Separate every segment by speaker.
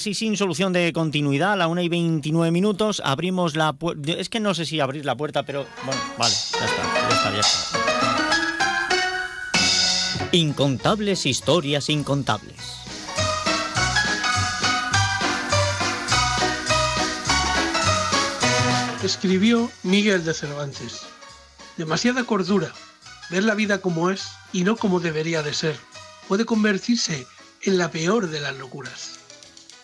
Speaker 1: Sí, sin solución de continuidad, a la 1 y 29 minutos, abrimos la puerta. Es que no sé si abrir la puerta, pero bueno, vale, ya está, ya está, ya está. Incontables historias incontables.
Speaker 2: Escribió Miguel de Cervantes. Demasiada cordura, ver la vida como es y no como debería de ser, puede convertirse en la peor de las locuras.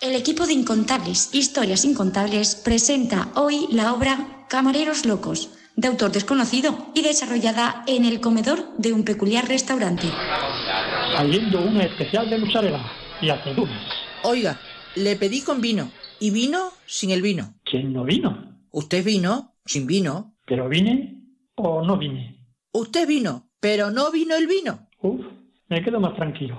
Speaker 3: El equipo de Incontables, Historias Incontables, presenta hoy la obra Camareros Locos, de autor desconocido y desarrollada en el comedor de un peculiar restaurante.
Speaker 4: Saliendo una especial de mozzarella y aceitunas.
Speaker 5: Oiga, le pedí con vino, y vino sin el vino.
Speaker 4: ¿Quién no vino?
Speaker 5: Usted vino sin vino.
Speaker 4: ¿Pero vine o no vine?
Speaker 5: Usted vino, pero no vino el vino.
Speaker 4: Uf, me quedo más tranquilo.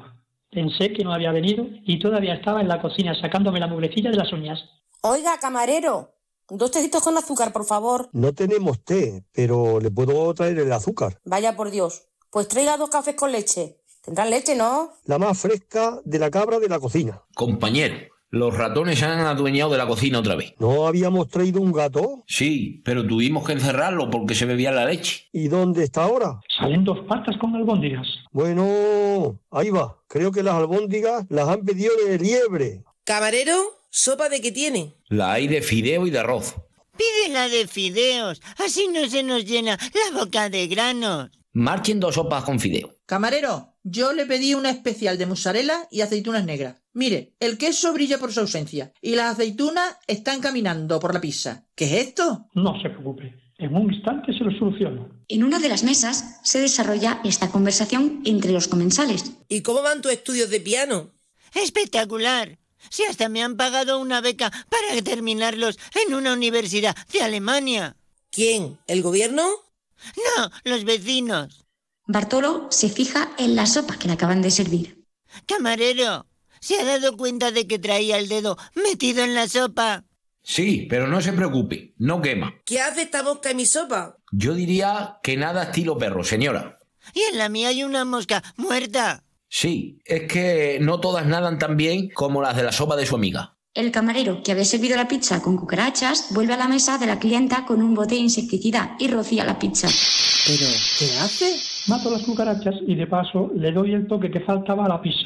Speaker 4: Pensé que no había venido y todavía estaba en la cocina sacándome la mugrecilla de las uñas.
Speaker 6: Oiga, camarero, dos tecitos con azúcar, por favor.
Speaker 7: No tenemos té, pero le puedo traer el azúcar.
Speaker 6: Vaya por Dios, pues traiga dos cafés con leche. Tendrán leche, ¿no?
Speaker 7: La más fresca de la cabra de la cocina.
Speaker 8: Compañero, los ratones se han adueñado de la cocina otra vez.
Speaker 7: ¿No habíamos traído un gato?
Speaker 8: Sí, pero tuvimos que encerrarlo porque se bebía la leche.
Speaker 7: ¿Y dónde está ahora?
Speaker 4: Salen dos patas con albóndigas.
Speaker 7: Bueno, ahí va. Creo que las albóndigas las han pedido de liebre.
Speaker 6: Camarero, ¿sopa de qué tiene?
Speaker 8: La hay de fideo y de arroz.
Speaker 9: Pídela de fideos, así no se nos llena la boca de granos.
Speaker 8: Marchen dos sopas con fideo.
Speaker 5: Camarero, yo le pedí una especial de mozzarella y aceitunas negras. Mire, el queso brilla por su ausencia y las aceitunas están caminando por la pizza. ¿Qué es esto?
Speaker 4: No se preocupe, en un instante se lo soluciono.
Speaker 3: En una de las mesas se desarrolla esta conversación entre los comensales.
Speaker 6: ¿Y cómo van tus estudios de piano?
Speaker 9: Espectacular. Si hasta me han pagado una beca para terminarlos en una universidad de Alemania.
Speaker 6: ¿Quién? ¿El gobierno?
Speaker 9: No, los vecinos.
Speaker 3: Bartolo se fija en la sopa que le acaban de servir.
Speaker 9: Camarero, ¿se ha dado cuenta de que traía el dedo metido en la sopa?
Speaker 8: Sí, pero no se preocupe, no quema.
Speaker 6: ¿Qué hace esta mosca en mi sopa?
Speaker 8: Yo diría que nada estilo perro, señora.
Speaker 9: Y en la mía hay una mosca muerta.
Speaker 8: Sí, es que no todas nadan tan bien como las de la sopa de su amiga.
Speaker 3: El camarero que había servido la pizza con cucarachas vuelve a la mesa de la clienta con un bote de insecticida y rocía la pizza.
Speaker 5: ¿Pero qué hace?
Speaker 4: Mato las cucarachas y de paso le doy el toque que faltaba a la pizza.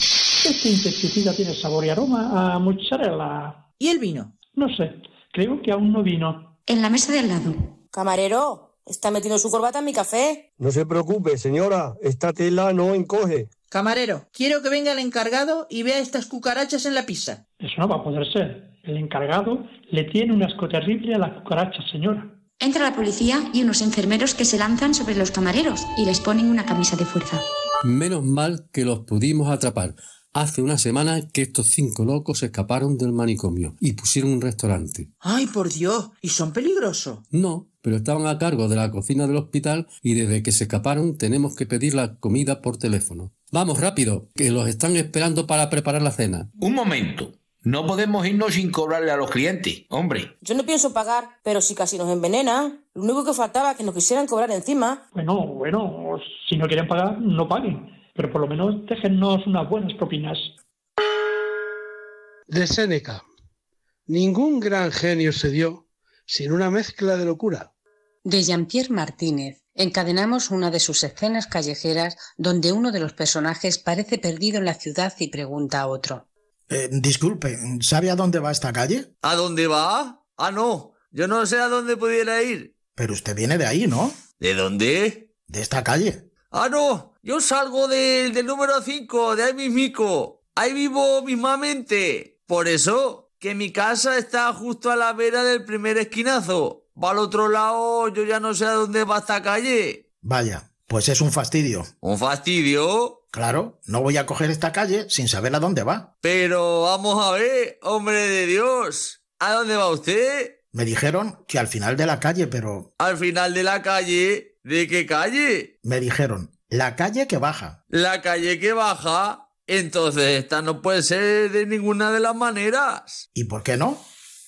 Speaker 4: Este insecticida tiene sabor y aroma a mozzarella.
Speaker 5: ¿Y el vino?
Speaker 4: No sé, creo que aún no vino.
Speaker 3: En la mesa del lado.
Speaker 6: Camarero, ¿está metiendo su corbata en mi café?
Speaker 7: No se preocupe, señora, esta tela no encoge.
Speaker 5: Camarero, quiero que venga el encargado y vea estas cucarachas en la pizza.
Speaker 4: Eso no va a poder ser. El encargado le tiene un asco terrible a las cucarachas, señora.
Speaker 3: Entra la policía y unos enfermeros que se lanzan sobre los camareros y les ponen una camisa de fuerza.
Speaker 10: Menos mal que los pudimos atrapar. Hace una semana que estos cinco locos se escaparon del manicomio y pusieron un restaurante.
Speaker 5: ¡Ay, por Dios! ¿Y son peligrosos?
Speaker 10: No, pero estaban a cargo de la cocina del hospital y desde que se escaparon tenemos que pedir la comida por teléfono. Vamos rápido, que los están esperando para preparar la cena.
Speaker 8: Un momento. No podemos irnos sin cobrarle a los clientes, hombre.
Speaker 6: Yo no pienso pagar, pero si casi nos envenenan. Lo único que faltaba es que nos quisieran cobrar encima.
Speaker 4: Bueno, bueno, si no quieren pagar, no paguen. Pero por lo menos déjennos unas buenas propinas.
Speaker 2: De Séneca. Ningún gran genio se dio sin una mezcla de locura.
Speaker 11: De Jean-Pierre Martínez. Encadenamos una de sus escenas callejeras donde uno de los personajes parece perdido en la ciudad y pregunta a otro.
Speaker 12: Eh, disculpe, ¿sabe a dónde va esta calle?
Speaker 13: ¿A dónde va? Ah, no, yo no sé a dónde pudiera ir.
Speaker 12: Pero usted viene de ahí, ¿no?
Speaker 13: ¿De dónde?
Speaker 12: De esta calle.
Speaker 13: Ah, no, yo salgo del, del número 5, de ahí mismico. Ahí vivo mismamente. Por eso, que mi casa está justo a la vera del primer esquinazo. Va al otro lado, yo ya no sé a dónde va esta calle.
Speaker 12: Vaya, pues es un fastidio.
Speaker 13: ¿Un fastidio?
Speaker 12: Claro, no voy a coger esta calle sin saber a dónde va.
Speaker 13: Pero vamos a ver, hombre de Dios. ¿A dónde va usted?
Speaker 12: Me dijeron que al final de la calle, pero...
Speaker 13: ¿Al final de la calle? ¿De qué calle?
Speaker 12: Me dijeron, la calle que baja.
Speaker 13: ¿La calle que baja? Entonces esta no puede ser Eh, de ninguna de las maneras.
Speaker 12: ¿Y por qué no?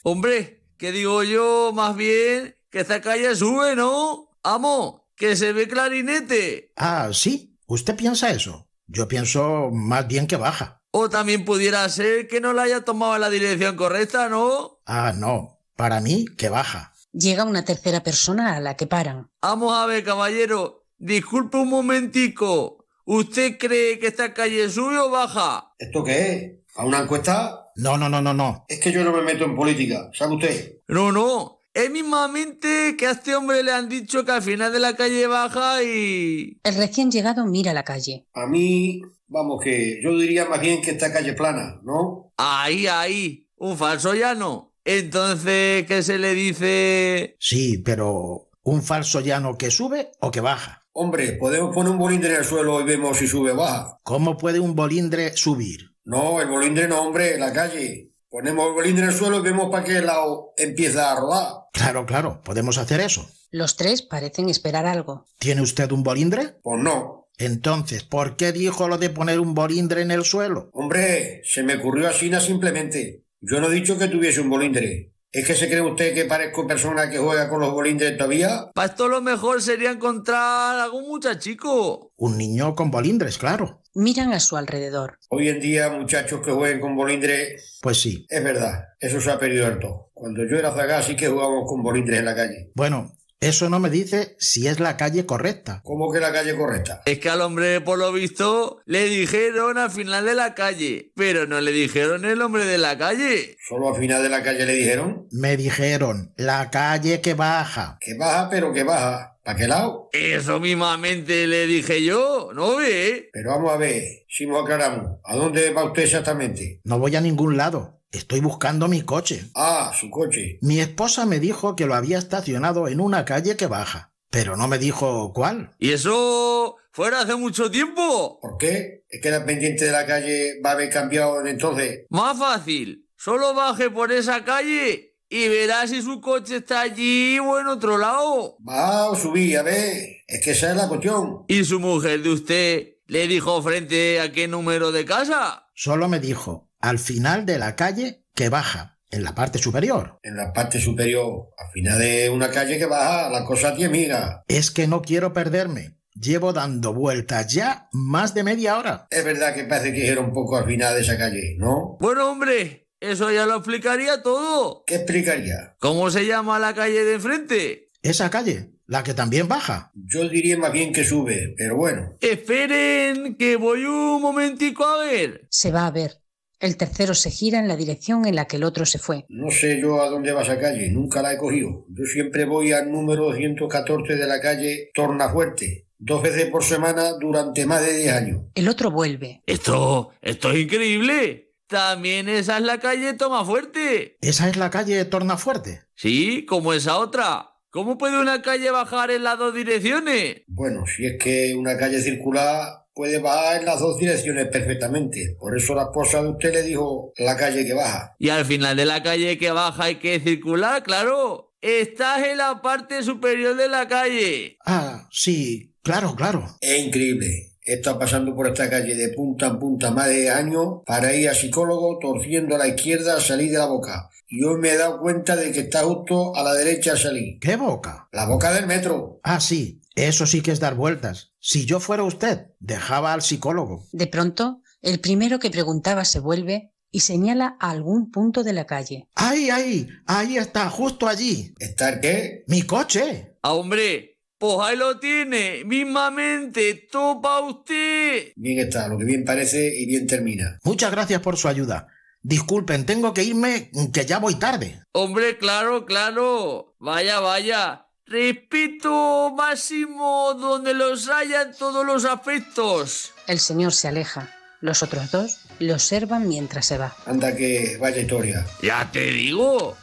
Speaker 13: Hombre, que digo yo, más bien, que esta calle sube, ¿no? Amo, que se ve clarinete.
Speaker 12: Ah, sí, usted piensa eso. Yo pienso más bien que baja.
Speaker 13: O también pudiera ser que no la haya tomado en la dirección correcta, ¿no?
Speaker 5: Ah, no. Para mí, que baja.
Speaker 11: Llega una tercera persona a la que paran.
Speaker 13: Vamos a ver, caballero. Disculpe un momentico. ¿Usted cree que esta calle sube o baja?
Speaker 10: ¿Esto qué es? ¿A una encuesta?
Speaker 5: No, no, no, no, no.
Speaker 10: Es que yo no me meto en política, ¿sabe usted?
Speaker 13: No, no. Es mismamente que a este hombre le han dicho que al final de la calle baja y...
Speaker 11: El recién llegado mira la calle.
Speaker 10: A mí, vamos, que yo diría más bien que esta calle es plana, ¿no?
Speaker 13: Ahí, ahí. Un falso llano. Entonces, ¿qué se le dice?
Speaker 5: Sí, pero ¿un falso llano que sube o que baja?
Speaker 10: Hombre, podemos poner un bolindre en el suelo y vemos si sube o baja.
Speaker 5: ¿Cómo puede un bolindre subir?
Speaker 10: No, el bolindre no, hombre, la calle. Ponemos el bolindre en el suelo y vemos para qué lado empieza a rodar.
Speaker 5: Claro, claro, podemos hacer eso.
Speaker 11: Los tres parecen esperar algo.
Speaker 5: ¿Tiene usted un bolindre?
Speaker 10: Pues no.
Speaker 5: Entonces, ¿por qué dijo lo de poner un bolindre en el suelo?
Speaker 10: Hombre, se me ocurrió así na simplemente. Yo no he dicho que tuviese un bolindre. ¿Es que se cree usted que parezco persona que juega con los bolindres todavía?
Speaker 13: Para esto lo mejor sería encontrar algún muchachico.
Speaker 5: Un niño con bolindres, claro.
Speaker 11: Miran a su alrededor.
Speaker 10: Hoy en día, muchachos que jueguen con bolindres,
Speaker 5: Pues sí.
Speaker 10: es verdad, eso se ha perdido del todo. Cuando yo era zaga sí que jugábamos con bolindres en la calle.
Speaker 5: Bueno, eso no me dice si es la calle correcta.
Speaker 10: ¿Cómo que la calle correcta?
Speaker 13: Es que al hombre, por lo visto, le dijeron al final de la calle, pero no le dijeron el hombre de la calle.
Speaker 10: ¿Solo al final de la calle le dijeron?
Speaker 5: Me dijeron, la calle que baja.
Speaker 10: Que baja, pero que baja. ¿Para qué lado?
Speaker 13: Eso mismamente le dije yo, ¿no ve?
Speaker 10: Pero vamos a ver, si nos aclaramos, ¿a dónde va usted exactamente?
Speaker 5: No voy a ningún lado. Estoy buscando mi coche.
Speaker 10: Ah, su coche.
Speaker 5: Mi esposa me dijo que lo había estacionado en una calle que baja, pero no me dijo cuál.
Speaker 13: ¿Y eso fuera hace mucho tiempo?
Speaker 10: ¿Por qué? ¿Es que la pendiente de la calle va a haber cambiado desde entonces?
Speaker 13: Más fácil, solo baje por esa calle y verá si su coche está allí o en otro lado.
Speaker 10: Va o subí, a ver. Es que esa es la cuestión.
Speaker 13: ¿Y su mujer de usted le dijo frente a qué número de casa?
Speaker 5: Solo me dijo, al final de la calle que baja, en la parte superior.
Speaker 10: En la parte superior, al final de una calle que baja, la cosa tiene miga.
Speaker 5: Es que no quiero perderme. Llevo dando vueltas ya más de media hora.
Speaker 10: Es verdad que parece que era un poco al final de esa calle, ¿no?
Speaker 13: Bueno, hombre, eso ya lo explicaría todo.
Speaker 10: ¿Qué explicaría?
Speaker 13: ¿Cómo se llama la calle de enfrente?
Speaker 5: Esa calle, la que también baja.
Speaker 10: Yo diría más bien que sube, pero bueno.
Speaker 13: Esperen, que voy un momentico a ver.
Speaker 11: Se va a ver. El tercero se gira en la dirección en la que el otro se fue.
Speaker 10: No sé yo a dónde va esa calle, nunca la he cogido. Yo siempre voy al número 114 de la calle Tornafuerte, dos veces por semana durante más de 10 años.
Speaker 11: El otro vuelve.
Speaker 13: Esto, esto es increíble. También esa es la calle Tomafuerte.
Speaker 5: Esa es la calle Tornafuerte.
Speaker 13: Sí, como esa otra. ¿Cómo puede una calle bajar en las dos direcciones?
Speaker 10: Bueno, si es que una calle circular puede bajar en las dos direcciones perfectamente. Por eso la esposa de usted le dijo la calle que baja.
Speaker 13: Y al final de la calle que baja hay que circular, claro. Estás en la parte superior de la calle.
Speaker 5: Ah, sí, claro, claro.
Speaker 10: Es increíble. He estado pasando por esta calle de punta en punta más de años para ir a psicólogo torciendo a la izquierda al salir de la boca. Y hoy me he dado cuenta de que está justo a la derecha al salir.
Speaker 5: ¿Qué boca?
Speaker 10: La boca del metro.
Speaker 5: Ah, sí, eso sí que es dar vueltas. Si yo fuera usted, dejaba al psicólogo.
Speaker 11: De pronto, el primero que preguntaba se vuelve y señala a algún punto de la calle.
Speaker 5: ¡Ahí, ahí! Ahí está, justo allí.
Speaker 10: ¿Estar qué?
Speaker 5: Mi coche.
Speaker 13: Ah, hombre, pues ahí lo tiene. Mismamente, topa usted.
Speaker 10: Bien está, lo que bien parece y bien termina.
Speaker 5: Muchas gracias por su ayuda. Disculpen, tengo que irme, que ya voy tarde.
Speaker 13: Hombre, claro, claro. Vaya, vaya. Respeto máximo donde los haya en todos los aspectos.
Speaker 11: El señor se aleja. Los otros dos lo observan mientras se va.
Speaker 10: Anda que vaya historia.
Speaker 13: Ya te digo.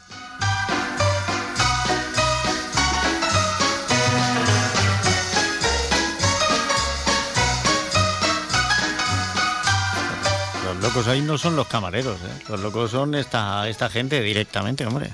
Speaker 1: Los locos ahí no son los camareros, ¿eh? los locos son esta, esta gente directamente, hombre.